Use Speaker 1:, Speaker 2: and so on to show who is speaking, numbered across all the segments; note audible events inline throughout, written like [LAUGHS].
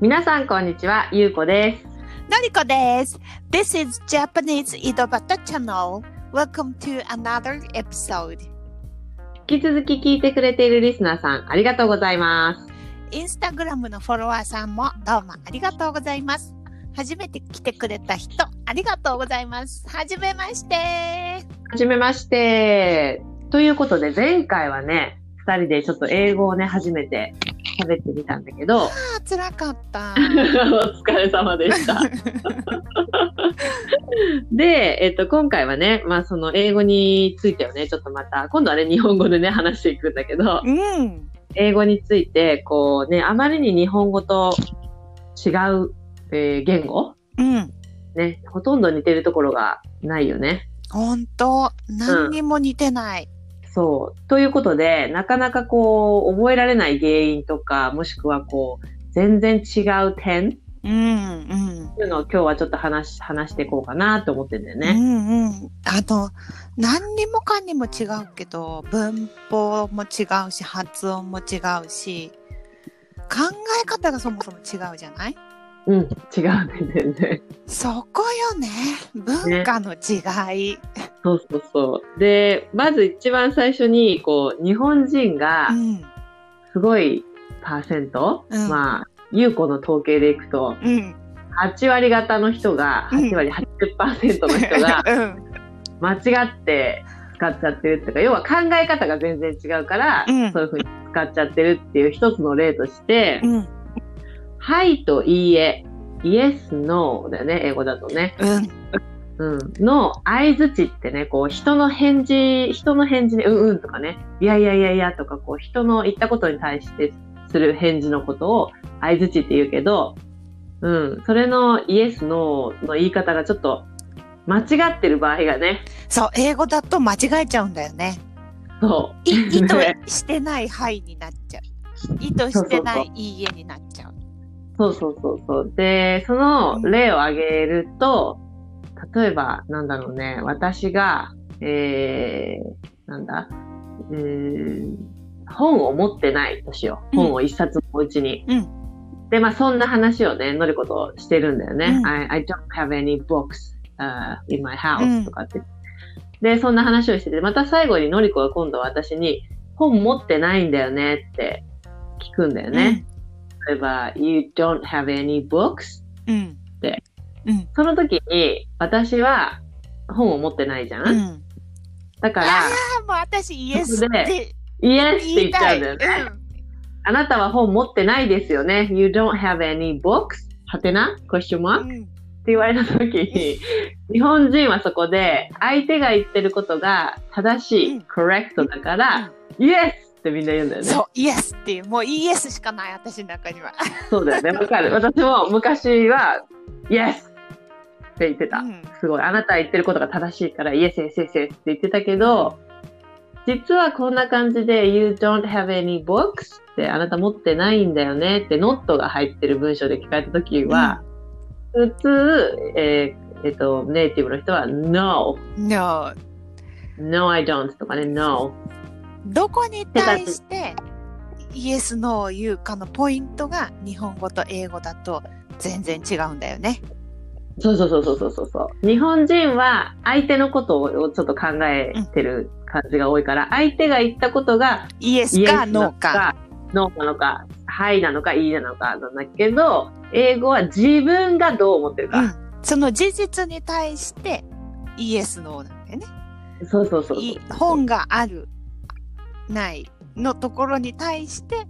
Speaker 1: 皆さんこんにちは、ゆうこです。
Speaker 2: Noriko des. This is Japanese Idobata Channel. Welcome to another episode.
Speaker 1: 引き続き聞いてくれているリスナーさん、ありがとうございます。
Speaker 2: インスタグラムのフォロワーさんもどうもありがとうございます。初めて来てくれた人、ありがとうございます。はじめまして。
Speaker 1: はじめまして。ということで、前回はね、二人でちょっと英語をね、初めて喋ってみたんだけど、
Speaker 2: あ、辛かっ
Speaker 1: [LAUGHS]
Speaker 2: た。
Speaker 1: お疲れ様でした。 [LAUGHS] で、えっと、今回はね、まあ、その英語についてをね、ちょっとまた、今度はね、日本語でね、話していくんだけど、
Speaker 2: [LAUGHS] うん。
Speaker 1: 英語について、こうね、あまりに日本語と違う、えー言語
Speaker 2: うん。
Speaker 1: ね、ほとんど似てるところがないよね。
Speaker 2: 本当何にも似てない。
Speaker 1: そう。ということで、なかなかこう、覚えられない原因とか、もしくはこう、全然違う点っ
Speaker 2: うん、うん。
Speaker 1: ていうのを今日はちょっと話し、話していこうかなと思ってんだよ
Speaker 2: う
Speaker 1: ね。
Speaker 2: んうん。あの、何にもかにも違うけど、文法も違うし、発音も違うし、考え方がそもそも違うじゃない
Speaker 1: うん、違うね、全然。
Speaker 2: そこよね。文化の違い。
Speaker 1: そうそうそう。で、まず一番最初に、こう、日本人が
Speaker 2: う、ん。
Speaker 1: すごいパーセント、
Speaker 2: うん
Speaker 1: まあ、優子の統計でいくと、
Speaker 2: うん。
Speaker 1: 8割方の人が、
Speaker 2: うん
Speaker 1: 8割、80%の人が、
Speaker 2: [LAUGHS] うん。
Speaker 1: 間違って使っちゃってるっていうか、要は考え方が全然違うから、
Speaker 2: うん
Speaker 1: そういうふうに使っちゃってるっていう一つの例として、
Speaker 2: うん。
Speaker 1: はいといいえ、yes, no だよね、英語だとね。
Speaker 2: うん。
Speaker 1: うん。の合図値ってね、こう、人の返事、人の返事に、うんうんとかね、いやいやいやいやとか、こう、人の言ったことに対してする返事のことを合図値って言うけど、うん。それの yes, no の言い方がちょっと間違ってる場合がね、
Speaker 2: そう、英語だと間違えちゃうんだよね。
Speaker 1: そう。
Speaker 2: い意図
Speaker 1: ね
Speaker 2: してないはいになっちゃう。意図してないいいえになっちゃう。
Speaker 1: そうそうそうそう。で、その例を挙げると、例えば、なんだろうね、私が、えー、なんだ、うーん、本を持ってないとしよう。
Speaker 2: うん
Speaker 1: 本を一冊もうちに。
Speaker 2: う
Speaker 1: で、まあ、そんな話をね、のりことしてるんだよね。
Speaker 2: うん
Speaker 1: I, I don't have any books、uh, in my
Speaker 2: う
Speaker 1: house
Speaker 2: ん
Speaker 1: とかって。で、そんな話をしてて、また最後にのりこが今度私に、本持ってないんだよねって聞くんだよね。例えば、You don't have any books?
Speaker 2: うん。
Speaker 1: で
Speaker 2: うん。
Speaker 1: その時に、私は本を持ってないじゃん。
Speaker 2: うん。
Speaker 1: だか
Speaker 2: あ
Speaker 1: ら、
Speaker 2: ーもう私イエス
Speaker 1: そ
Speaker 2: っ
Speaker 1: こで
Speaker 2: て
Speaker 1: イエスって
Speaker 2: 言
Speaker 1: 言
Speaker 2: い
Speaker 1: っちゃ
Speaker 2: た
Speaker 1: う
Speaker 2: い。
Speaker 1: んだよ
Speaker 2: う
Speaker 1: ね。あなたは本持ってないですよね。You don't have any books? はてな ?question mark? って
Speaker 2: んうん
Speaker 1: 言われた時に、日本人はそこで、相手が言ってることが正しい、
Speaker 2: うん
Speaker 1: correct だから、イエスってみんな言うんだよね。
Speaker 2: そう、イエスっていう、もうイエスしかない、私の中には。
Speaker 1: そうだよね。わかる。私も昔は、イエスって言ってた
Speaker 2: う。ん
Speaker 1: すごい、あなたは言ってることが正しいから、イエスイエスイエスイエスって言ってたけど、実はこんな感じで、You don't have any books って、あなた持ってないんだよねって、not が入ってる文章で聞かれたときは、普通、えーえっと、ネイティブの人は、No,
Speaker 2: No
Speaker 1: No I don't とかね、No。
Speaker 2: どこに対してイエス、ノーを言うかのポイントが日本語と英語だと全然違うんだよね。
Speaker 1: そうそうそうそうそうそう。日本人は相手のことをちょっと考えてる感じが多いから、相手が言ったことが
Speaker 2: イエス
Speaker 1: イエスな
Speaker 2: か
Speaker 1: の
Speaker 2: ノーか。
Speaker 1: か、ノーなのか、はいなのか、いいなのかなんだけど、英語は自分がどう思ってる
Speaker 2: う
Speaker 1: か。
Speaker 2: ん、その事実に対してイエス、ノーなんだよね。
Speaker 1: そうそうそう
Speaker 2: い
Speaker 1: そう。
Speaker 2: 本があるないのところに対して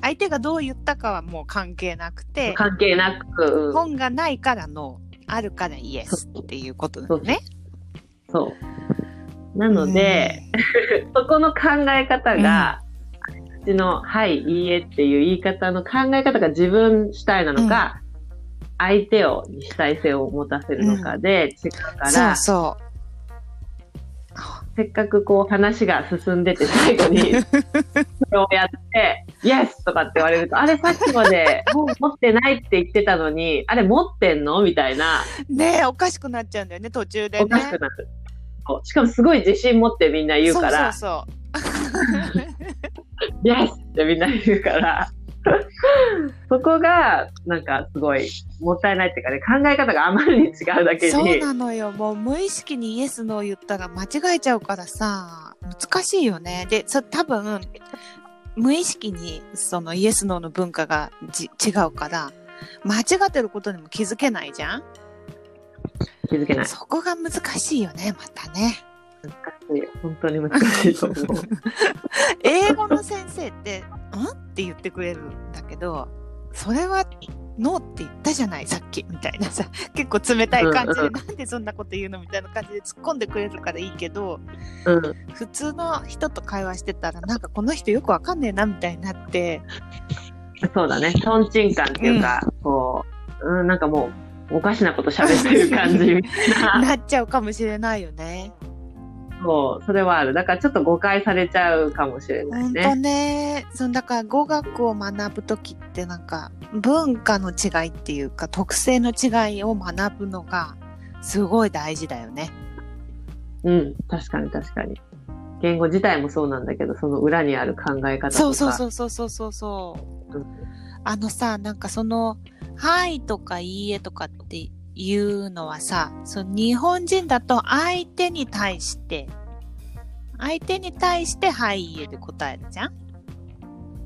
Speaker 2: 相手がどう言ったかはもう関係なくて
Speaker 1: 関係なく、うん
Speaker 2: 本がないからのあるからイエスっていうことだよね。
Speaker 1: そう。なので、そこの考え方が、うちの、はい、いいえっていう言い方の考え方が自分主体なのか、相手をに主体性を持たせるのかで違う
Speaker 2: う
Speaker 1: か
Speaker 2: ん、そ
Speaker 1: ら、
Speaker 2: うそ
Speaker 1: せっかくこう話が進んでて最後にそうやって「イエス!」とかって言われると「あれさっきま
Speaker 2: [LAUGHS]
Speaker 1: で本持ってないって言ってたのにあれ持ってんの?」みたいな
Speaker 2: う。 [LAUGHS] ねえおかしくなっちゃうんだよね途中でね。
Speaker 1: おかしくなる、こうしかもすごい自信持ってみんな言うから
Speaker 2: そうそう
Speaker 1: 「イエス!」ってみんな言うから [LAUGHS] そこが、なんかすごい、もったいないっていうかね、考え方があまりに違うだけ
Speaker 2: そう
Speaker 1: に、
Speaker 2: なのよもう無意識にイエスノー言ったら間違えちゃうからさ難しいよねでそ多分無意識にそのイエスノーの文化がじ違うから間違ってることにも気づけないじゃん
Speaker 1: 気づけない。
Speaker 2: そこが難しいよねまたね
Speaker 1: 本当に難しいと思う。
Speaker 2: 英語の先生って「ん?」って言ってくれるんだけどそれは「ノー」って言ったじゃないさっきみたいなさ [LAUGHS] 結構冷たい感じで、
Speaker 1: うんうん
Speaker 2: なんでそんなこと言うのみたいな感じで突っ込んでくれるからいいけど [LAUGHS]
Speaker 1: うん、
Speaker 2: 普通の人と会話してたらなんかこの人よくわかんねえなみたいに
Speaker 1: [LAUGHS]
Speaker 2: なって
Speaker 1: そうだね。トンチンカンっていうか、こう、うん、なんかもう、おかしなこと喋ってる感じみたいな。
Speaker 2: なっちゃうかもしれないよね。
Speaker 1: そう、それはある。だからちょっと誤解されちゃうかもしれない
Speaker 2: 本
Speaker 1: ね。
Speaker 2: 当ねそのだから語学を学ぶ時ってなんか文化の違いっていうか特性の違いを学ぶのがすごい大事だよね。
Speaker 1: うん、確かに確かに。言語自体もそうなんだけど、その裏にある考え方とか。
Speaker 2: そうそう
Speaker 1: う。
Speaker 2: そうそうそうそうそう
Speaker 1: うん
Speaker 2: あのさなんかその「はい」とか「いいえ」とかっていうのはさその日本人だと相手に対して相手に対して「はい」「いいえ」で答えるじゃん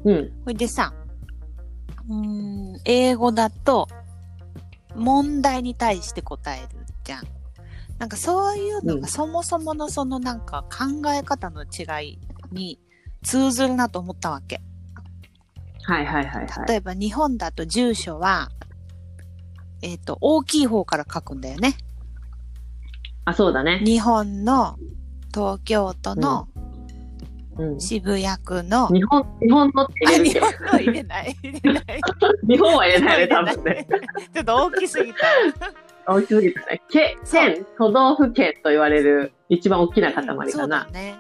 Speaker 1: うん、
Speaker 2: ほいでさうーん英語だと問題に対して答えるじゃんなんかそういうの
Speaker 1: うん
Speaker 2: がそもそものそのなんか考え方の違いに通ずるなと思ったわけ
Speaker 1: はいはいはいはい。
Speaker 2: 例えば日本だと住所は、えっ、と、大きい方から書くんだよね。
Speaker 1: あ、そうだね。
Speaker 2: 日本の東京都の
Speaker 1: うん、
Speaker 2: 渋谷区の、
Speaker 1: 日本、日本のって
Speaker 2: あ、
Speaker 1: 入れる
Speaker 2: 日
Speaker 1: けど
Speaker 2: 本の入れない。入れない。
Speaker 1: 日本は入れ
Speaker 2: 入
Speaker 1: ない
Speaker 2: れ
Speaker 1: ね、多
Speaker 2: [LAUGHS] ない
Speaker 1: 分ね。
Speaker 2: ちょっと大きすぎた。
Speaker 1: 大きすぎてね。け、
Speaker 2: そう
Speaker 1: 県、都道府県と言われる一番大きな塊
Speaker 2: そ
Speaker 1: か
Speaker 2: う
Speaker 1: な。
Speaker 2: だね。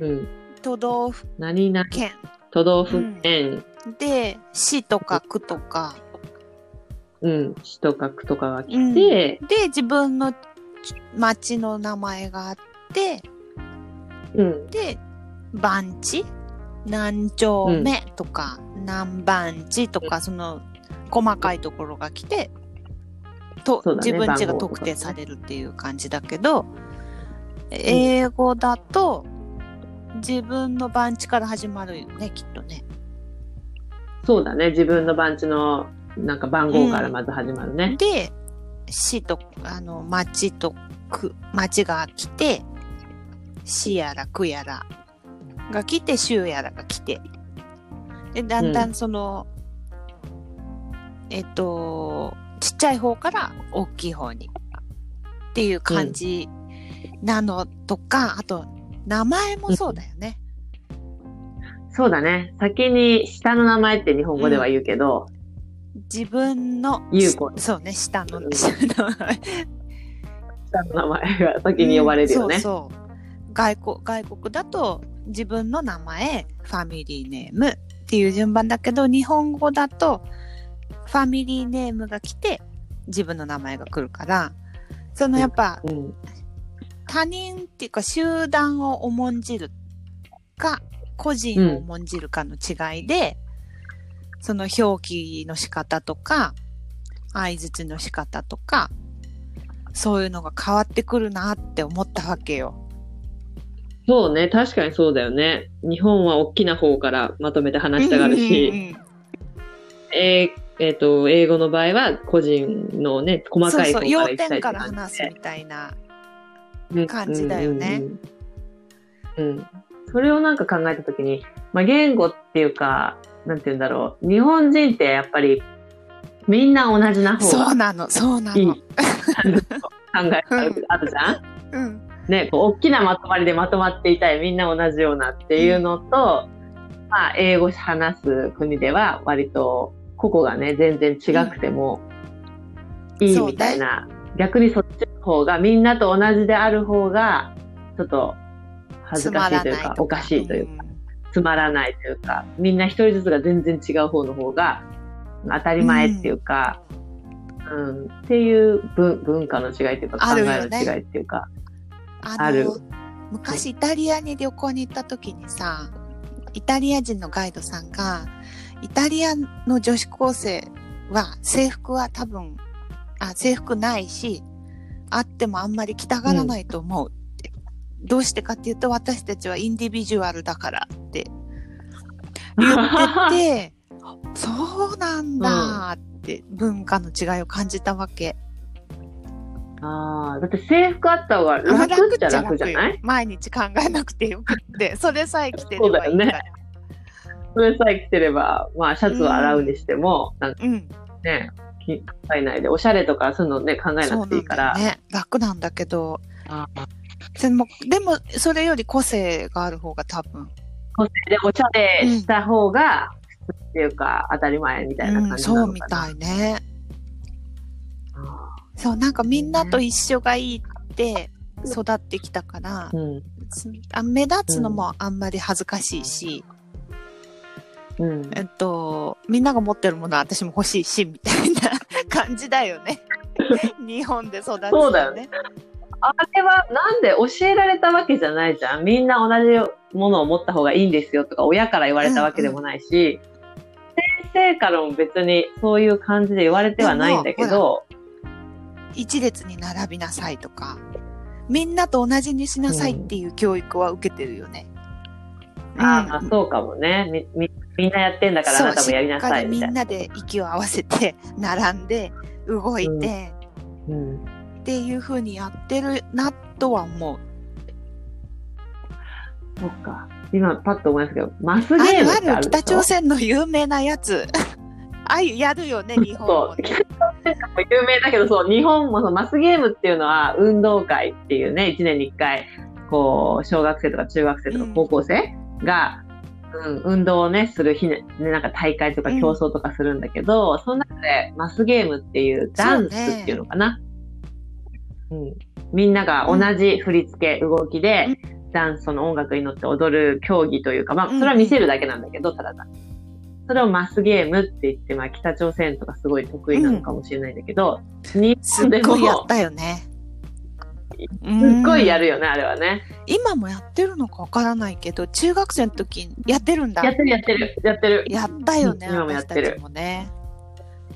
Speaker 1: うん。
Speaker 2: 都道府
Speaker 1: 何々、
Speaker 2: 県
Speaker 1: 都道府県、
Speaker 2: で、市とか区とか、
Speaker 1: うん、市とか区とかが来て、
Speaker 2: で、自分の町の名前があって、
Speaker 1: うん、
Speaker 2: で番地何丁目とか、何番地とかその細かいところが来てと、
Speaker 1: そうだね
Speaker 2: 自分家
Speaker 1: 番
Speaker 2: が
Speaker 1: 号とか
Speaker 2: 特定されるっていう感じだけど、英語だと自分の番地から始まるよねきっとね。
Speaker 1: そうだね。自分の番地の、なんか番号からまず始まるね。
Speaker 2: で市とあの町と区町が来て市やら区やらが来て州やらが来てでだんだんその、えっとちっちゃい方から大きい方にっていう感じなのとか、あと名前もそうだよね。
Speaker 1: そうだね。先に下の名前って日本語では言うけど、
Speaker 2: 自分の
Speaker 1: ゆうこ
Speaker 2: そうね下の、
Speaker 1: うん
Speaker 2: 下の
Speaker 1: 下の名前が先に呼ばれるよね。
Speaker 2: うんそうそう外国外国だと自分の名前ファミリーネームっていう順番だけど日本語だとファミリーネームが来て自分の名前が来るからそのやっぱ
Speaker 1: うん
Speaker 2: 他人っていうか集団を重んじるか個人を重んじるかの違いで、その表記の仕方とか相槌の仕方とかそういうのが変わってくるなって思ったわけよ。
Speaker 1: そうね。確かにそうだよね。日本は大きな方からまとめて話したがるし、
Speaker 2: うんうんうん
Speaker 1: えーえーと、英語の場合は個人のね、細
Speaker 2: そう
Speaker 1: かい
Speaker 2: そ
Speaker 1: 方か
Speaker 2: う
Speaker 1: ら
Speaker 2: 要
Speaker 1: 行きたい
Speaker 2: 点
Speaker 1: って
Speaker 2: から
Speaker 1: 感
Speaker 2: 話
Speaker 1: じ
Speaker 2: す
Speaker 1: で
Speaker 2: みたいな。
Speaker 1: うん
Speaker 2: 感じだよ
Speaker 1: う
Speaker 2: ね。
Speaker 1: んうんうんうんそれをなんか考えた時に、まあ、言語っていうか、なんて言うんだろう。日本人ってやっぱりみんな同じな方
Speaker 2: そう
Speaker 1: が
Speaker 2: なのそうない
Speaker 1: い [LAUGHS]
Speaker 2: の。
Speaker 1: 考え方があるじゃん
Speaker 2: うん
Speaker 1: ね、こう大きなまとまりでまとまっていたいみんな同じようなっていうのと、まあ、英語話す国では割と個々がね全然違くてもいいみたいな、逆にそっちの方がみんなと同じである方がちょっと恥ずかしいというかおかしいというか、
Speaker 2: かん
Speaker 1: つまらないというかみんな一人ずつが全然違う方の方が当たり前っていうか、うんっていう文文化の違いっていうか
Speaker 2: あ
Speaker 1: 考
Speaker 2: る
Speaker 1: え
Speaker 2: よ
Speaker 1: の
Speaker 2: ね
Speaker 1: 違いっていうか。
Speaker 2: あ
Speaker 1: ある
Speaker 2: 昔イタリアに旅行に行った時にさイタリア人のガイドさんがイタリアの女子高生は制服は多分、あ、制服ないし、あってもあんまり着たがらないと思うって。どうしてかっていうと、私たちはインディビジュアルだからって
Speaker 1: [LAUGHS]
Speaker 2: 言ってて、そうなんだって文化の違いを感じたわけ。
Speaker 1: ああ、だって制服あった方が楽っちゃ楽じゃない
Speaker 2: よ毎日考えなくてよくって、それさえ着てればいい
Speaker 1: そうだ
Speaker 2: か
Speaker 1: よ
Speaker 2: ら。
Speaker 1: それさえ着てれば、まあ、シャツを洗うにしても、なんか
Speaker 2: うん。
Speaker 1: ね、き考えないで、おしゃれとかそういうのね、考えな
Speaker 2: そうな
Speaker 1: く
Speaker 2: ん
Speaker 1: ていいから。
Speaker 2: だよね。楽なんだけど。
Speaker 1: あー
Speaker 2: でも、でも、それより個性がある方が多分。
Speaker 1: 個性でおしゃれした方が、普通っていうか、当たり前みたいな
Speaker 2: う
Speaker 1: 感
Speaker 2: ん、
Speaker 1: じな
Speaker 2: そう
Speaker 1: の
Speaker 2: み
Speaker 1: かな。
Speaker 2: たいね。
Speaker 1: あ
Speaker 2: そう、なんかみんなと一緒がいいって育ってきたから
Speaker 1: ー、うん
Speaker 2: あ目立つのもあんまり恥ずかしいし、
Speaker 1: うん
Speaker 2: えっと、みんなが持ってるものは私も欲しいし、みたいな感じだよ
Speaker 1: [LAUGHS]
Speaker 2: ね。日本で育つ
Speaker 1: そうだよね。あれはなんで教えられたわけじゃないじゃん。みんな同じものを持った方がいいんですよとか親から言われたわけでもないし、先生からも別にそういう感じで言われてはないんだけど、
Speaker 2: 一列に並びなさいとか、みんなと同じにしなさいっていう教育は受けてるよね。うん
Speaker 1: ああー、そうかもねみみ。みんなやってんだからあなたもやりなさい
Speaker 2: そう
Speaker 1: み
Speaker 2: しっか
Speaker 1: た
Speaker 2: りみ
Speaker 1: い
Speaker 2: ん
Speaker 1: な。
Speaker 2: なで息を合わせて [LAUGHS] 並んで動いて、
Speaker 1: うん
Speaker 2: っていう風にやってるなとは思う。
Speaker 1: そっか。今パッと思いますけど、マス
Speaker 2: あ
Speaker 1: ゲー
Speaker 2: る
Speaker 1: ムっ
Speaker 2: あ
Speaker 1: てあ
Speaker 2: る
Speaker 1: るで
Speaker 2: 北
Speaker 1: し
Speaker 2: 朝
Speaker 1: ょ
Speaker 2: 鮮の有名なやつ。 [LAUGHS] あゆやるよね日本
Speaker 1: そ
Speaker 2: も
Speaker 1: う。北朝鮮も有名だけど、そう、日本もそのマスゲームっていうのは、運動会っていうね、1年に1回、こう、小学生とか中学生とか
Speaker 2: うん
Speaker 1: 高校生が、うん運動をね、する日ね、ねなんか大会とか競争とかするんだけど、その中でマスゲームっていうダンスっていうのかな。うん、みんなが同じ振り付け、動きで、ダンスその音楽に乗って踊る競技というか、まあ、それは見せるだけなんだけど、ただ単にそれをマスゲームって言って、まあ、北朝鮮とかすごい得意なのかもしれないんだけど、日
Speaker 2: す
Speaker 1: 本
Speaker 2: っ
Speaker 1: でも
Speaker 2: ごいやっ
Speaker 1: す
Speaker 2: たよね。
Speaker 1: っごいや
Speaker 2: る。
Speaker 1: るよね、あれはね。
Speaker 2: 今もやってるのかわからないけど、中学生の時にやってるんだ
Speaker 1: や。ってるやってる、やってる。
Speaker 2: やったよね、
Speaker 1: うん今もやってる
Speaker 2: 私たちもね。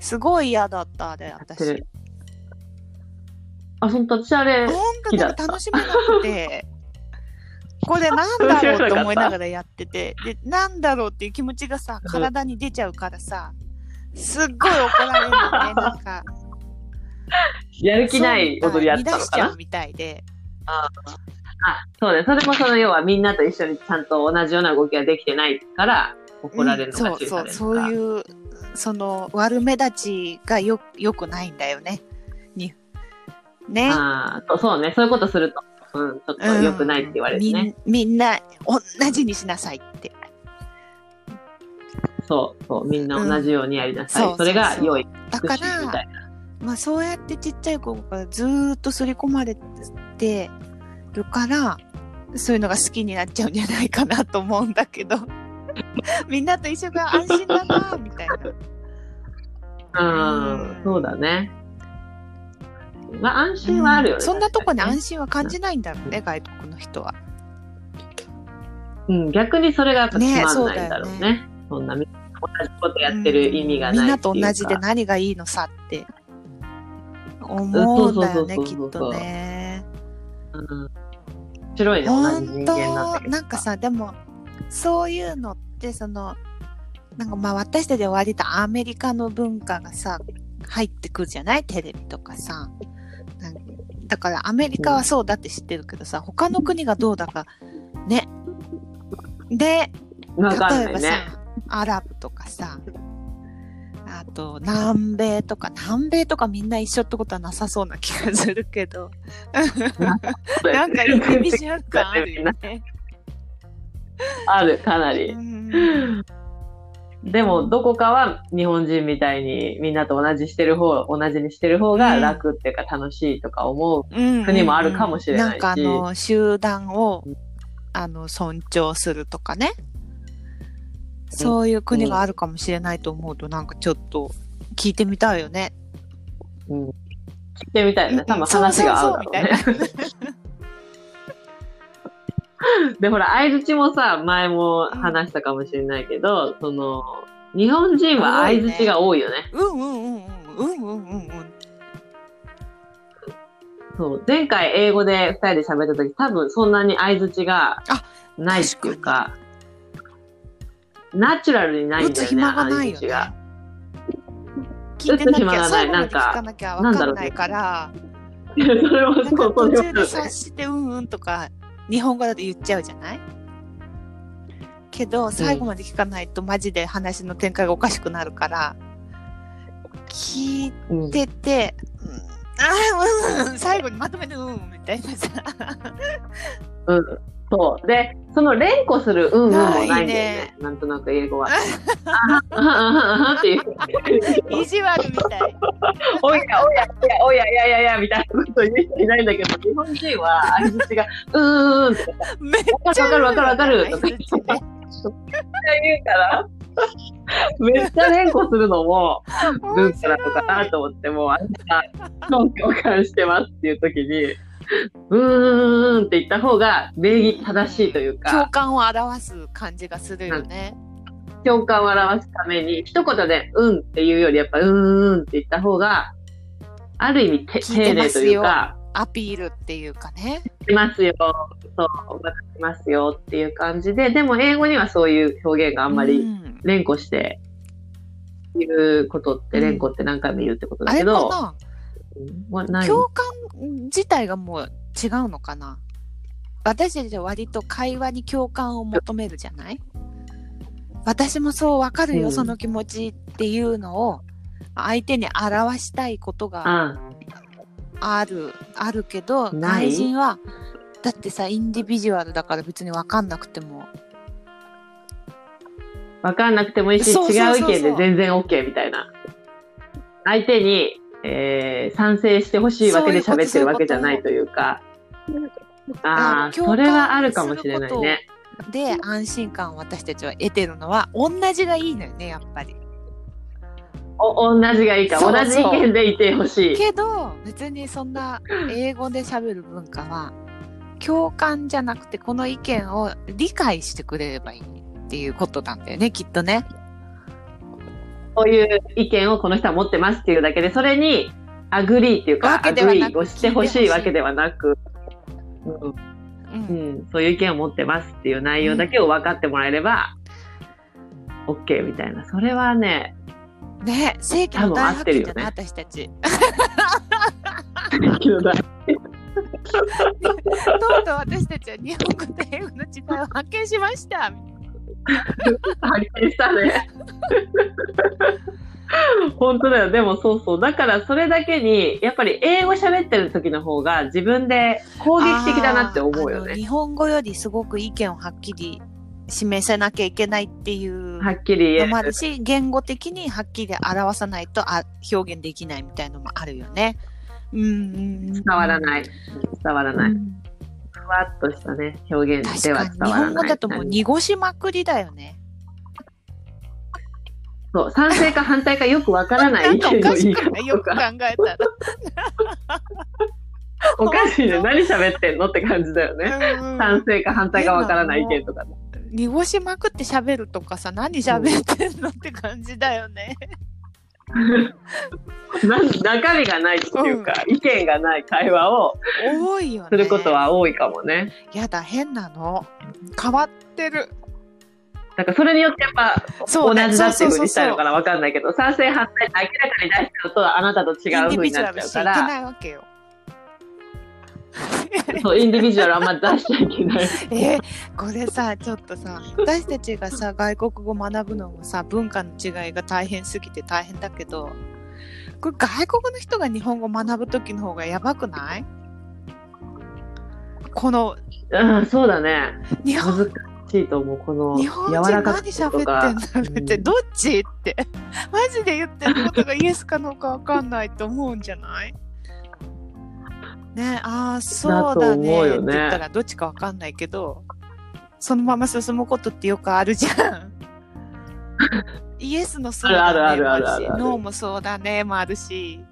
Speaker 2: すごい嫌だった、あれ、
Speaker 1: やっ
Speaker 2: 私。
Speaker 1: てる。あ、そんと私あれ、
Speaker 2: 音楽
Speaker 1: きだ
Speaker 2: が
Speaker 1: った
Speaker 2: 楽しめな
Speaker 1: [LAUGHS]
Speaker 2: くて、これなんだろうと思いながらやってて、で、なんだろうっていう気持ちがさ、
Speaker 1: うん
Speaker 2: 体に出ちゃうからさ、すっごい怒られるのね、
Speaker 1: [LAUGHS]
Speaker 2: なんか。
Speaker 1: やる気ない踊りやったのかな
Speaker 2: そうみたい乱しちゃうみたいで。
Speaker 1: あ、そうね。それもその、要はみんなと一緒にちゃんと同じような動きができてないから、怒られるの
Speaker 2: う
Speaker 1: が
Speaker 2: ん
Speaker 1: 注意
Speaker 2: そ
Speaker 1: さ
Speaker 2: う
Speaker 1: れる
Speaker 2: そ
Speaker 1: の
Speaker 2: う、
Speaker 1: か。
Speaker 2: そういう、その、悪目立ちがよ、よくないんだよね。にね。
Speaker 1: あーそうそうね、そういうことすると、うん、ちょっと良くないって言われるね。
Speaker 2: うんみんみんな、同じにしなさいって。
Speaker 1: そうそう、みんな同じようにやりなさい。
Speaker 2: うん
Speaker 1: それが
Speaker 2: そうそうそう
Speaker 1: 良い、
Speaker 2: だ
Speaker 1: 美
Speaker 2: か
Speaker 1: しいみ
Speaker 2: ら
Speaker 1: た、いな。
Speaker 2: まあ、そうやってちっちゃい頃からずーっと刷り込まれてるからそういうのが好きになっちゃうんじゃないかなと思うんだけど [LAUGHS] みんなと一緒が安心だなみたいな。
Speaker 1: うん、
Speaker 2: うん
Speaker 1: そうだね。まあ、安心はあるよね。
Speaker 2: うんそんなとこに
Speaker 1: 確かね
Speaker 2: 安心は感じないんだろうね、外国の人は。
Speaker 1: うん、逆にそれがやっぱつまんないんだろうね。
Speaker 2: ねそ
Speaker 1: そ
Speaker 2: うだよ
Speaker 1: んな、みんな同じことやってる意味がない
Speaker 2: みん
Speaker 1: っ
Speaker 2: な
Speaker 1: ていうか
Speaker 2: と同じで何がいいのさって思うんだよね
Speaker 1: そう
Speaker 2: き
Speaker 1: そう
Speaker 2: っ
Speaker 1: そうそう
Speaker 2: とね。
Speaker 1: うん面白いね、同じ
Speaker 2: 本
Speaker 1: 人
Speaker 2: 当
Speaker 1: 間なんだけど。
Speaker 2: なんか、さでもそういうのってそのなんかまあ私たちは割とアメリカの文化がさ入ってくるじゃないテレビとかさなんかだからアメリカはそうだって知ってるけどさ他の国がどうだかねで
Speaker 1: わかん
Speaker 2: 例
Speaker 1: な
Speaker 2: え
Speaker 1: い
Speaker 2: ばさ、
Speaker 1: ね。
Speaker 2: アラブとかさあと南米とか南米とかみんな一緒ってことはなさそうな気がするけどなん
Speaker 1: [LAUGHS]
Speaker 2: かイメージ感あるよね。
Speaker 1: ある、かなり
Speaker 2: う。ん
Speaker 1: でも、どこかは日本人みたいにみんなと同じしてる方、同じにしてる方が楽っていうか楽しいとか思う。
Speaker 2: 国
Speaker 1: 国もあるかもしれないし
Speaker 2: なんかあの集団をあの尊重するとかね、そういう国があるかもしれないと思うとなんかちょっと聞いてみたいよね。
Speaker 1: うん。聞いてみたいよね。多分話が合うだろうね。
Speaker 2: そうそうそうみたいな
Speaker 1: で、ほら、相槌もさ、前も話したかもしれないけど、その、日本人は相づちが多いよね。
Speaker 2: うんうんうんうんうんうんうんうん
Speaker 1: そう。前回英語で二人で喋った時、多分そんなに相づちが
Speaker 2: あ
Speaker 1: ないっていうか、ナチュラルにない
Speaker 2: 打
Speaker 1: んだ
Speaker 2: つ
Speaker 1: よね、
Speaker 2: 暇が
Speaker 1: 相
Speaker 2: ない
Speaker 1: づ
Speaker 2: よ
Speaker 1: ち
Speaker 2: ね
Speaker 1: が。
Speaker 2: 聞いてなき
Speaker 1: 打つ暇
Speaker 2: ゃ
Speaker 1: がない
Speaker 2: 最後
Speaker 1: な
Speaker 2: まで
Speaker 1: んか
Speaker 2: 聞かなきゃわかんないから
Speaker 1: いや [LAUGHS] それも
Speaker 2: な
Speaker 1: そ
Speaker 2: んか
Speaker 1: う、そ
Speaker 2: 途
Speaker 1: れ
Speaker 2: 中で
Speaker 1: もそう
Speaker 2: 察してうんうんとか日本語だと言っちゃうじゃないけど最後まで聞かないとマジで話の展開がおかしくなるから聞い
Speaker 1: うん
Speaker 2: てて、うん、あーうん最後にまとめてうんみたいなさ
Speaker 1: そう。で、その連呼するうんうんもないんだ
Speaker 2: な
Speaker 1: よ
Speaker 2: い
Speaker 1: ね
Speaker 2: ね。
Speaker 1: なんとなく英語は。あはあはあはあって
Speaker 2: [LAUGHS]
Speaker 1: いう。
Speaker 2: 意地悪みたい
Speaker 1: おやおやおやおやいやいやいやみたいなこと言う人いないんだけど、日本人は相づちが、うーんって
Speaker 2: めっちゃ
Speaker 1: わかるわかるわかる
Speaker 2: うんうん
Speaker 1: とか言うから、めっちゃ連呼するのも、文からとかなと思って、もう、あんた、共感してますっていう時に、うーんって言った方が、礼儀正しいという
Speaker 2: 共
Speaker 1: か、
Speaker 2: 感を表す感じがするよね。
Speaker 1: 共感を表すために、一言で、うんっていうより、やっぱ、うーんって言った方が、ある意味、て
Speaker 2: 聞いて
Speaker 1: 丁寧
Speaker 2: ま
Speaker 1: と
Speaker 2: すよ
Speaker 1: いうか、
Speaker 2: アピールっていうかね。
Speaker 1: 聞きますよ、そう、わかりますよっていう感じで、でも、英語にはそういう表現があ
Speaker 2: あ
Speaker 1: んまり、
Speaker 2: ん、
Speaker 1: 連呼して、いうことって、
Speaker 2: うん
Speaker 1: 連呼って何回も言うってこと
Speaker 2: あ
Speaker 1: だけ
Speaker 2: れ
Speaker 1: ど、
Speaker 2: か
Speaker 1: うんはな
Speaker 2: ない共感自体がもう違うのかな私たちは割と会話に共感を求めるじゃない私もそうわかるよ、
Speaker 1: うん
Speaker 2: その気持ちっていうのを相手に表したいことが
Speaker 1: うん
Speaker 2: あるあるけど
Speaker 1: ない
Speaker 2: 外人はだってさインディビジュアルだから別に分かんなくても
Speaker 1: 分かんなくてもいいし
Speaker 2: そうそうそうそう
Speaker 1: 違う意見で全然 OK みたいな相手に、えー賛成してほしいわけで
Speaker 2: そういうこと
Speaker 1: 喋ってるわけじゃない
Speaker 2: そ
Speaker 1: というかああ
Speaker 2: あの
Speaker 1: それはあるかもしれない
Speaker 2: 共感
Speaker 1: ね
Speaker 2: で安心感を私たちは得てるのは同じがいいのよねやっぱり。
Speaker 1: お同じがいいか
Speaker 2: そうそう
Speaker 1: 同じ意見でいてほしい
Speaker 2: けど別にそんな英語で喋る文化は共感じゃなくてこの意見を理解してくれればいいっていうことなんだよねきっとね。
Speaker 1: こういう意見をこの人は持ってますっていうだけでそれにアグリーっていうかア
Speaker 2: わけで
Speaker 1: グ
Speaker 2: は
Speaker 1: リ
Speaker 2: な
Speaker 1: ー
Speaker 2: く
Speaker 1: をしてほし
Speaker 2: 聞いてほし
Speaker 1: い
Speaker 2: い
Speaker 1: わけではなく、
Speaker 2: う
Speaker 1: うんんうん、そういう意見を持ってますっていう内容だけを分かってもらえれば、OK みたいなそれはね
Speaker 2: ね正規の大発見じゃな
Speaker 1: 多
Speaker 2: い、
Speaker 1: 分合っ
Speaker 2: 私たち。とうとう私たちは日本語と英語の違いを発見しました。
Speaker 1: 発見したね。 [LAUGHS] 本当だよ。でもそうそう。だからそれだけに、やっぱり英語喋ってる時の方が自分で攻撃的だなって思うよ
Speaker 2: あーあの
Speaker 1: ね。
Speaker 2: 日本語よりすごく意見をはっきり示さなきゃいけないっていう
Speaker 1: はっきり
Speaker 2: の
Speaker 1: 言
Speaker 2: もあ
Speaker 1: える
Speaker 2: る。し、言語的にはっきり表さないとあ表現できないみたいのもあるよね。うんうん。伝。
Speaker 1: 伝わらないい。伝わらない。ふわっとしたね、表現で
Speaker 2: 確
Speaker 1: は
Speaker 2: か
Speaker 1: 伝
Speaker 2: に
Speaker 1: わ
Speaker 2: 日
Speaker 1: らない。
Speaker 2: 本語だともう濁しまくりだよね。
Speaker 1: そう、賛成か反対かよくわからな
Speaker 2: ないん
Speaker 1: 意
Speaker 2: かお
Speaker 1: 見の
Speaker 2: か
Speaker 1: 言
Speaker 2: し
Speaker 1: い
Speaker 2: く
Speaker 1: 方
Speaker 2: ないよ
Speaker 1: と
Speaker 2: く考
Speaker 1: か。
Speaker 2: えたら。
Speaker 1: おかしいね。何喋ってんのって感じだよね。
Speaker 2: う
Speaker 1: [LAUGHS]
Speaker 2: ん
Speaker 1: 賛成か反対かわからない意見とかね。
Speaker 2: 濁しまくって喋るとかさ何喋ってんのって感じだ
Speaker 1: [LAUGHS]
Speaker 2: よね。
Speaker 1: なん中身がないっていうか、意見がない会話を
Speaker 2: 多いよね。
Speaker 1: することは多いかもね。
Speaker 2: やだ変なの変わってる
Speaker 1: だからそれによってやっぱ
Speaker 2: そ
Speaker 1: 同
Speaker 2: うね
Speaker 1: じだっていうふうにしたいの
Speaker 2: そう
Speaker 1: かなわかんないけど、賛成反対って明らかに出しちゃうとあなたと違
Speaker 2: そうそう
Speaker 1: う
Speaker 2: イ
Speaker 1: ふうに
Speaker 2: ンディビジュ
Speaker 1: な
Speaker 2: ア
Speaker 1: っちゃ
Speaker 2: ルし
Speaker 1: う
Speaker 2: ち
Speaker 1: か
Speaker 2: ゃいけ
Speaker 1: ら、
Speaker 2: ないわけよ
Speaker 1: そうインディビジュアルあんま出しちゃいけ
Speaker 2: [LAUGHS]
Speaker 1: ない。
Speaker 2: えーこれさちょっとさ私たちがさ外国語学ぶのもさ文化の違いが大変すぎて大変だけどこれ外国の人が日本語学ぶ時の方がやばくないこの
Speaker 1: うん、そうだね。
Speaker 2: 日本
Speaker 1: 難しいと思う。この
Speaker 2: 日本
Speaker 1: 柔
Speaker 2: 人
Speaker 1: ら
Speaker 2: 何
Speaker 1: かさ
Speaker 2: 喋
Speaker 1: とか。
Speaker 2: ってんだろうって、
Speaker 1: うん
Speaker 2: どっちって [LAUGHS] マジで言ってることがイエスかノーかわかんないと思うんじゃないねああそうだね
Speaker 1: だと思うよ
Speaker 2: って
Speaker 1: ね
Speaker 2: 言ったらどっちかわかんないけどそのまま進むことってよくあるじゃ
Speaker 1: [LAUGHS]
Speaker 2: ん。イエスのそうだ
Speaker 1: あるあ
Speaker 2: ね
Speaker 1: る
Speaker 2: も
Speaker 1: あ
Speaker 2: あ
Speaker 1: る
Speaker 2: る
Speaker 1: ある
Speaker 2: しノーもそうだねもあるし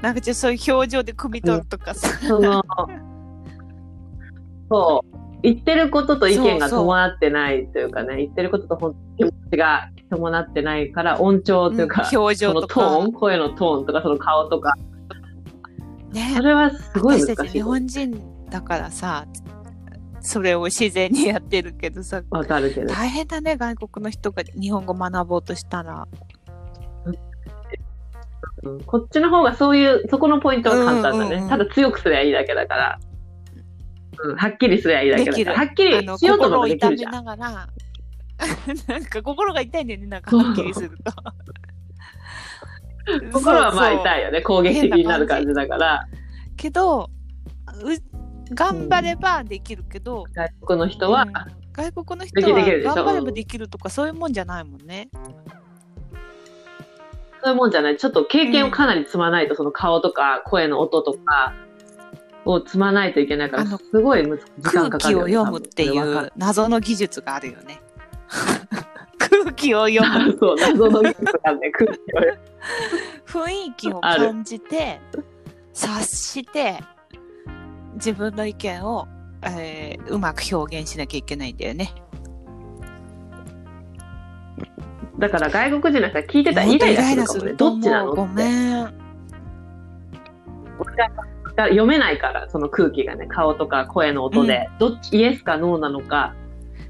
Speaker 2: なんかちょっとそういう表情で汲み取るとかさ、
Speaker 1: その、そう。言ってることと意見が
Speaker 2: そうそう
Speaker 1: 伴ってないというかね、言ってることと本当に気持ちが伴ってないから、音調というか、
Speaker 2: うん表
Speaker 1: そ
Speaker 2: 情
Speaker 1: の
Speaker 2: と
Speaker 1: ト
Speaker 2: か
Speaker 1: ーン、声のトーンとか、その顔とか、
Speaker 2: ね
Speaker 1: それはすごい
Speaker 2: 私
Speaker 1: 難
Speaker 2: たち
Speaker 1: しい
Speaker 2: 日。本人だからさそれを自然にやってるけどさ
Speaker 1: わかるけど。
Speaker 2: 大変だね外国の人が日本語学ぼうとしたら
Speaker 1: うんこっちの方がそういう、そこのポイントは簡単だね。
Speaker 2: うんうんうん
Speaker 1: ただ強くすればいいだけだから。うん、はっきりすればいいだけだから。はっきり
Speaker 2: あの
Speaker 1: しようと思
Speaker 2: 心
Speaker 1: えばでき
Speaker 2: を痛
Speaker 1: る
Speaker 2: め
Speaker 1: じゃん。
Speaker 2: ながら [LAUGHS] なんか心が痛いんだよねなんかはっきりすると [LAUGHS]
Speaker 1: 心はまあ
Speaker 2: そうそう
Speaker 1: 痛いよね。攻撃的になる感じだから。
Speaker 2: けどう頑張ればできるけど、
Speaker 1: 外国の人は、
Speaker 2: うん外国の人は
Speaker 1: できるできるでしょ
Speaker 2: 頑張ればできるとかそういうもんじゃないもんね。
Speaker 1: そういうもんじゃない。ちょっと経験をかなり積まないと、その顔とか声の音とかを積まないといけないか
Speaker 2: あ
Speaker 1: ら、
Speaker 2: の
Speaker 1: すごいむず時間
Speaker 2: 空
Speaker 1: かか
Speaker 2: 気
Speaker 1: るよ
Speaker 2: を
Speaker 1: ね、
Speaker 2: 読むってい
Speaker 1: 多分それわか
Speaker 2: う謎の技術があるよね。 [LAUGHS] 空気を読む
Speaker 1: る [LAUGHS] そう、謎の技術なんで、空気を読む
Speaker 2: 雰囲気を
Speaker 1: ある
Speaker 2: 感じて察して自分の意見を、えーうまく表現しなきゃいけないんだよね。
Speaker 1: だから外国人の人は聞いてたらイライラするかもね。どっちなの
Speaker 2: もうご
Speaker 1: って。
Speaker 2: めん。
Speaker 1: だ読めないからその空気がね顔とか声の音で、どっちイエスかノーなのか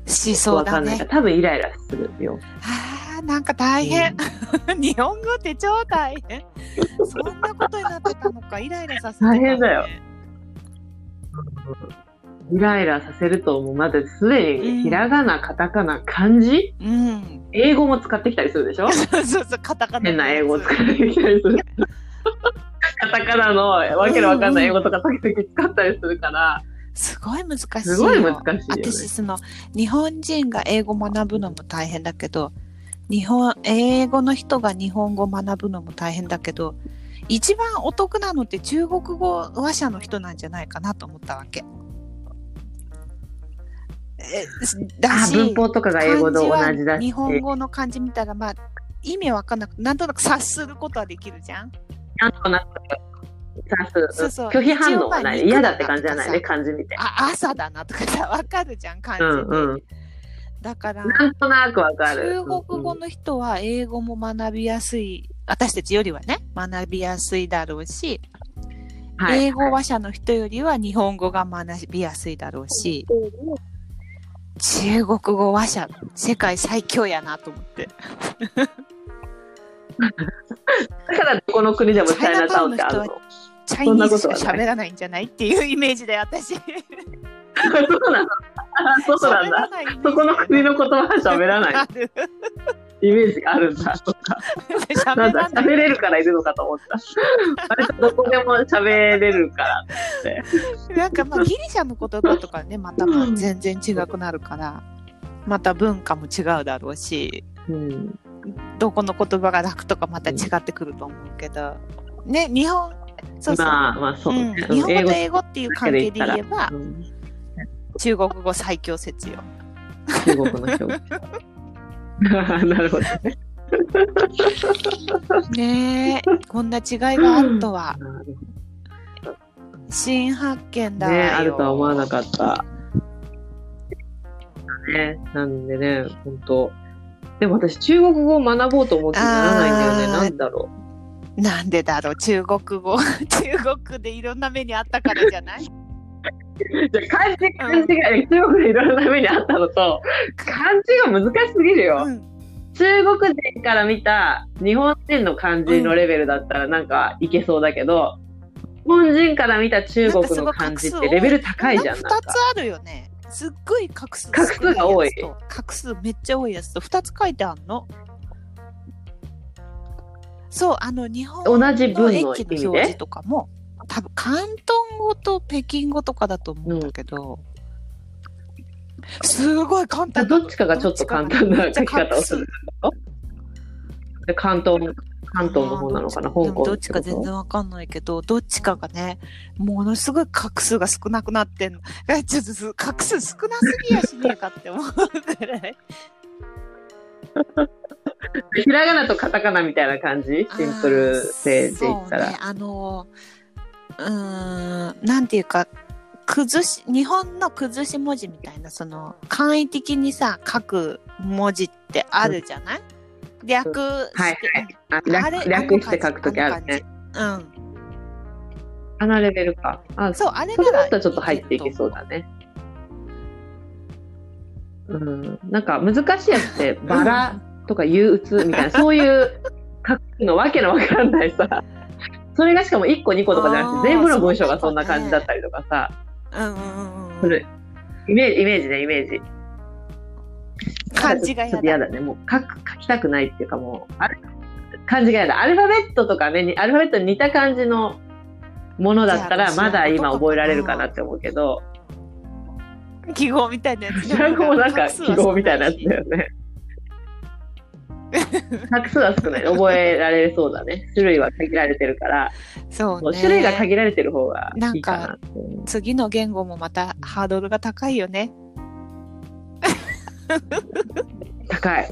Speaker 2: しそ
Speaker 1: わ
Speaker 2: う
Speaker 1: か
Speaker 2: だ
Speaker 1: んないか
Speaker 2: ね。
Speaker 1: ら、多分イライラするよ
Speaker 2: あーなんか大変。日本語って超大変。そんなことになってたのか、イライラさせてた、ね。
Speaker 1: 大変だよ。イライラさせると思うまだすで
Speaker 2: うん
Speaker 1: にひらがなカタカナ漢字
Speaker 2: うん。 [LAUGHS]
Speaker 1: 英語も使ってきたりするでしょ
Speaker 2: そうそうそう、カタカナ
Speaker 1: 変
Speaker 2: のやつ。
Speaker 1: な英語を使ってきたりするカタカナのわけのわかんない英語とか時々使ったりするから、
Speaker 2: すごい難しいよ。
Speaker 1: すごい難しいよね
Speaker 2: 私、その、日本人が英語学ぶのも大変だけど、日本、英語の人が日本語学ぶのも大変だけど、一番お得なのって中国語話者の人なんじゃないかなと思ったわけ。えだ
Speaker 1: あ
Speaker 2: し、
Speaker 1: 文法とかが英語と同
Speaker 2: 漢
Speaker 1: じ
Speaker 2: 字
Speaker 1: だ
Speaker 2: は
Speaker 1: し
Speaker 2: 日本語の漢字見たら、まあ、意味わかんなくなんとなく察することはできるじゃん。
Speaker 1: なんとなくさす
Speaker 2: そうそう
Speaker 1: 拒否反応はな
Speaker 2: 一
Speaker 1: い
Speaker 2: 応まあ
Speaker 1: 嫌だって感じじゃないね
Speaker 2: 肉
Speaker 1: 漢字見て
Speaker 2: あ、朝だなとかさ、わかるじゃん、漢字
Speaker 1: う
Speaker 2: で。
Speaker 1: んうん
Speaker 2: だから、
Speaker 1: なんとなくわかる
Speaker 2: 中国語の人は英語も学びやすい、私たちよりはね、学びやすいだろうし、英語話者の人よりは日本語が学びやすいだろうし、中国語話者、世界最強やなと思って。
Speaker 1: だからどこの国でもチャイナタウンってあるの。
Speaker 2: チャイ
Speaker 1: そん
Speaker 2: ニ
Speaker 1: な
Speaker 2: ー
Speaker 1: こ
Speaker 2: ズし
Speaker 1: と
Speaker 2: か
Speaker 1: はない
Speaker 2: 喋らないんじゃないっていうイメージで
Speaker 1: [LAUGHS]
Speaker 2: 私。
Speaker 1: そうなんだ。あそうなんだ。
Speaker 2: だ
Speaker 1: そこの国の言葉は喋らない
Speaker 2: いイメージだよね。
Speaker 1: イメージがあるんだ。とか。
Speaker 2: ある
Speaker 1: なんだ
Speaker 2: 喋ら、ない
Speaker 1: 喋。れるからいるのかと思った。割とどこでも喋れるから。
Speaker 2: なんかまあギリシャの言葉とかねまたまあ全然違くなるからまた文化も違うだろうし
Speaker 1: うん。
Speaker 2: どこの言葉が楽とかまた違ってくると思うけどね日本そうそう、
Speaker 1: まあ、まあそう
Speaker 2: うん、
Speaker 1: ね。
Speaker 2: 日本語と英
Speaker 1: 語
Speaker 2: 語っていう関係で言えば
Speaker 1: うん
Speaker 2: 中国語最強説よ
Speaker 1: 中国の人。 [LAUGHS] なるほどね。
Speaker 2: ねえこんな違いがあるとは
Speaker 1: なるほ
Speaker 2: 新発見
Speaker 1: ど
Speaker 2: だよ、
Speaker 1: ね、あるとは思わなかった。ね、なんでね、本当。でも私中国語を学ぼうと思ってならないんだよね。
Speaker 2: あー
Speaker 1: なんだろう。
Speaker 2: なんでだろう中国語 [LAUGHS] 中国でいろんな目にあったからじゃない
Speaker 1: じゃあ漢字漢字が、中国でいろんな目にあったのと漢字が難しすぎるよ、
Speaker 2: うん
Speaker 1: 中国人から見た日本人の漢字のレベルだったらなんかいけそうだけど、日本人から見た中国の漢字ってレベル高いじゃん
Speaker 2: なん
Speaker 1: な
Speaker 2: か
Speaker 1: ん
Speaker 2: 2
Speaker 1: か
Speaker 2: つあるよね。すっごい画数
Speaker 1: 画数が多い
Speaker 2: 少なやつと画数めっちゃ多いやつと2つ書いてあんの。そう、あの日本
Speaker 1: 同じ文の
Speaker 2: の駅
Speaker 1: 意味
Speaker 2: の表
Speaker 1: で
Speaker 2: 示とかも、多分広東語と北京語とかだと思うんだけど、すごい簡単
Speaker 1: どっちかがちょっと簡単な
Speaker 2: どっ
Speaker 1: 書き
Speaker 2: ちかが
Speaker 1: 方をするで関東関東の方なのかな
Speaker 2: あ
Speaker 1: 香
Speaker 2: ー
Speaker 1: 港
Speaker 2: ど
Speaker 1: っ
Speaker 2: っち
Speaker 1: て
Speaker 2: か
Speaker 1: こ
Speaker 2: でもどっちか全
Speaker 1: と
Speaker 2: 然わかんないけどどっちかがねものすごい画数が少なくなってんのえちょっとす画数少なすぎやしねえかって思うぐらい
Speaker 1: ひらがなとカタカナみたいな感じシンプル性で言った
Speaker 2: あーそう
Speaker 1: ら
Speaker 2: ね、あのーうーんなんていうか崩し、日本の崩し文字みたいな、その、簡易的にさ、書く文字ってあるじゃない、略して、
Speaker 1: はいあ
Speaker 2: あれ
Speaker 1: 略略して書くときあ
Speaker 2: あ
Speaker 1: る
Speaker 2: の感じ
Speaker 1: ね。
Speaker 2: うん。
Speaker 1: あのレベルか。あ、
Speaker 2: そう、あれ
Speaker 1: そ
Speaker 2: な
Speaker 1: れだ
Speaker 2: ら
Speaker 1: ったらちょっと入っていけそうだね。うん、なんか難しいやつっ
Speaker 2: [LAUGHS]
Speaker 1: てバラとか憂鬱みたいな、そういう書くのわけのわからないさそれがしかも1個2個とかじゃなくて
Speaker 2: あー
Speaker 1: 全部の文章が
Speaker 2: そ
Speaker 1: そ
Speaker 2: うんだ
Speaker 1: な
Speaker 2: ね
Speaker 1: 感じだったりとかさ
Speaker 2: うんうんうん
Speaker 1: そうれ
Speaker 2: ん。
Speaker 1: イメージイメージねイメージ
Speaker 2: 漢字が
Speaker 1: ちょ
Speaker 2: 嫌
Speaker 1: っと嫌
Speaker 2: だ。
Speaker 1: だねもう書く書きたくないっていうかもうあれ漢字が嫌だアルファベットとかねにアルファベットに似た感じのものだったら
Speaker 2: じゃあ
Speaker 1: まだ今
Speaker 2: そういうことか
Speaker 1: 覚えられるかなって思うけど
Speaker 2: 記号みたいなやつ。
Speaker 1: ジャもなんか記号みたいなやつだ
Speaker 2: ね。
Speaker 1: よ
Speaker 2: [LAUGHS]
Speaker 1: ね。画数は少ない。覚えられそうだね。種類は限られてるから、
Speaker 2: そう
Speaker 1: もう
Speaker 2: ね。
Speaker 1: 種類が限られてる方がいいか
Speaker 2: な
Speaker 1: な。うん
Speaker 2: 次の言語もまたハードルが高いよね。
Speaker 1: 高い。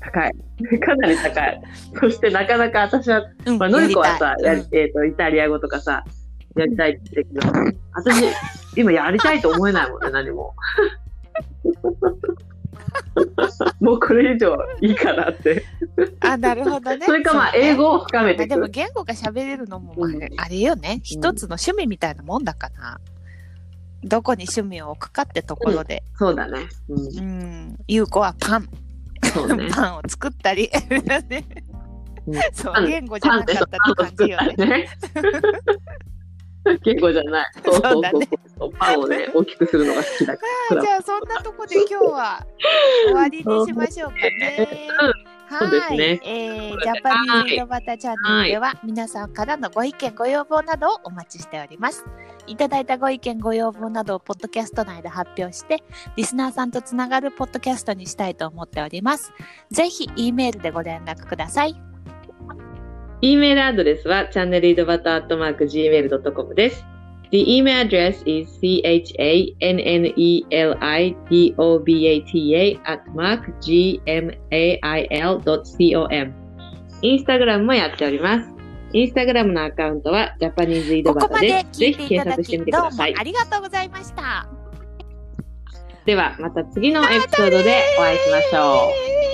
Speaker 1: 高い。かなり高い。そしてなかなか私は、
Speaker 2: うん
Speaker 1: まあ、のりこはさ、や
Speaker 2: や
Speaker 1: り
Speaker 2: りたい
Speaker 1: えーと、イタリア語とかさ、やりたいって言ってたけど、私、今やりたいと思えないもんね、何も。 [LAUGHS] もうこれ以上いいかなって。
Speaker 2: うんあ、なるほど
Speaker 1: [LAUGHS]
Speaker 2: ね。
Speaker 1: それかまあ、
Speaker 2: そうね
Speaker 1: 英語を深め
Speaker 2: ま
Speaker 1: て
Speaker 2: あ
Speaker 1: い
Speaker 2: で
Speaker 1: く
Speaker 2: も。言語が喋れるのもまあ
Speaker 1: うん
Speaker 2: あれよね、一つの趣味みたいなもんだからどこに趣味を置くかってところで、
Speaker 1: そうだね。うん
Speaker 2: う、ん、優子はパン、
Speaker 1: そうね。
Speaker 2: パンを作った
Speaker 1: う
Speaker 2: り、
Speaker 1: ん
Speaker 2: [LAUGHS] そ
Speaker 1: パ
Speaker 2: う
Speaker 1: ン
Speaker 2: 言語 [LAUGHS] じゃ
Speaker 1: パン
Speaker 2: な
Speaker 1: で
Speaker 2: かったって
Speaker 1: パンを
Speaker 2: 感
Speaker 1: 作
Speaker 2: じ
Speaker 1: っ
Speaker 2: よ
Speaker 1: た
Speaker 2: ね
Speaker 1: り。ね。
Speaker 2: [LAUGHS]
Speaker 1: 言語じゃない。そうそうそうそう。パンをね、大きくするのが好きだか
Speaker 2: あじゃあそんなとこで今日は終わりにしましょうかね。
Speaker 1: そうです
Speaker 2: はい、
Speaker 1: ね
Speaker 2: えージャパニーズ井戸端チャンネルでは皆さんからのご意見ご要望などをお待ちしております。いただいたご意見ご要望などをポッドキャスト内で発表してリスナーさんとつながるポッドキャストにしたいと思っております。ぜひ E メールでご連絡ください。
Speaker 1: ら。E メールアドレスは、チャンネル e ドバタ a t m a r k gmail.com です。The email address is chanelidobata at mark gmail.com インスタグラムもやっております。インスタグラムのアカウントはジャパニーズイド
Speaker 2: こ
Speaker 1: バタ
Speaker 2: こま
Speaker 1: で。
Speaker 2: です聞
Speaker 1: ぜ
Speaker 2: い
Speaker 1: ひ
Speaker 2: ていた
Speaker 1: 検
Speaker 2: だ
Speaker 1: 索
Speaker 2: き
Speaker 1: してみ
Speaker 2: どう
Speaker 1: てくだ
Speaker 2: も
Speaker 1: さ
Speaker 2: あ
Speaker 1: い。
Speaker 2: りがとうございました。
Speaker 1: ではまた次のエピソードでお会いしましょう。
Speaker 2: えー [LAUGHS]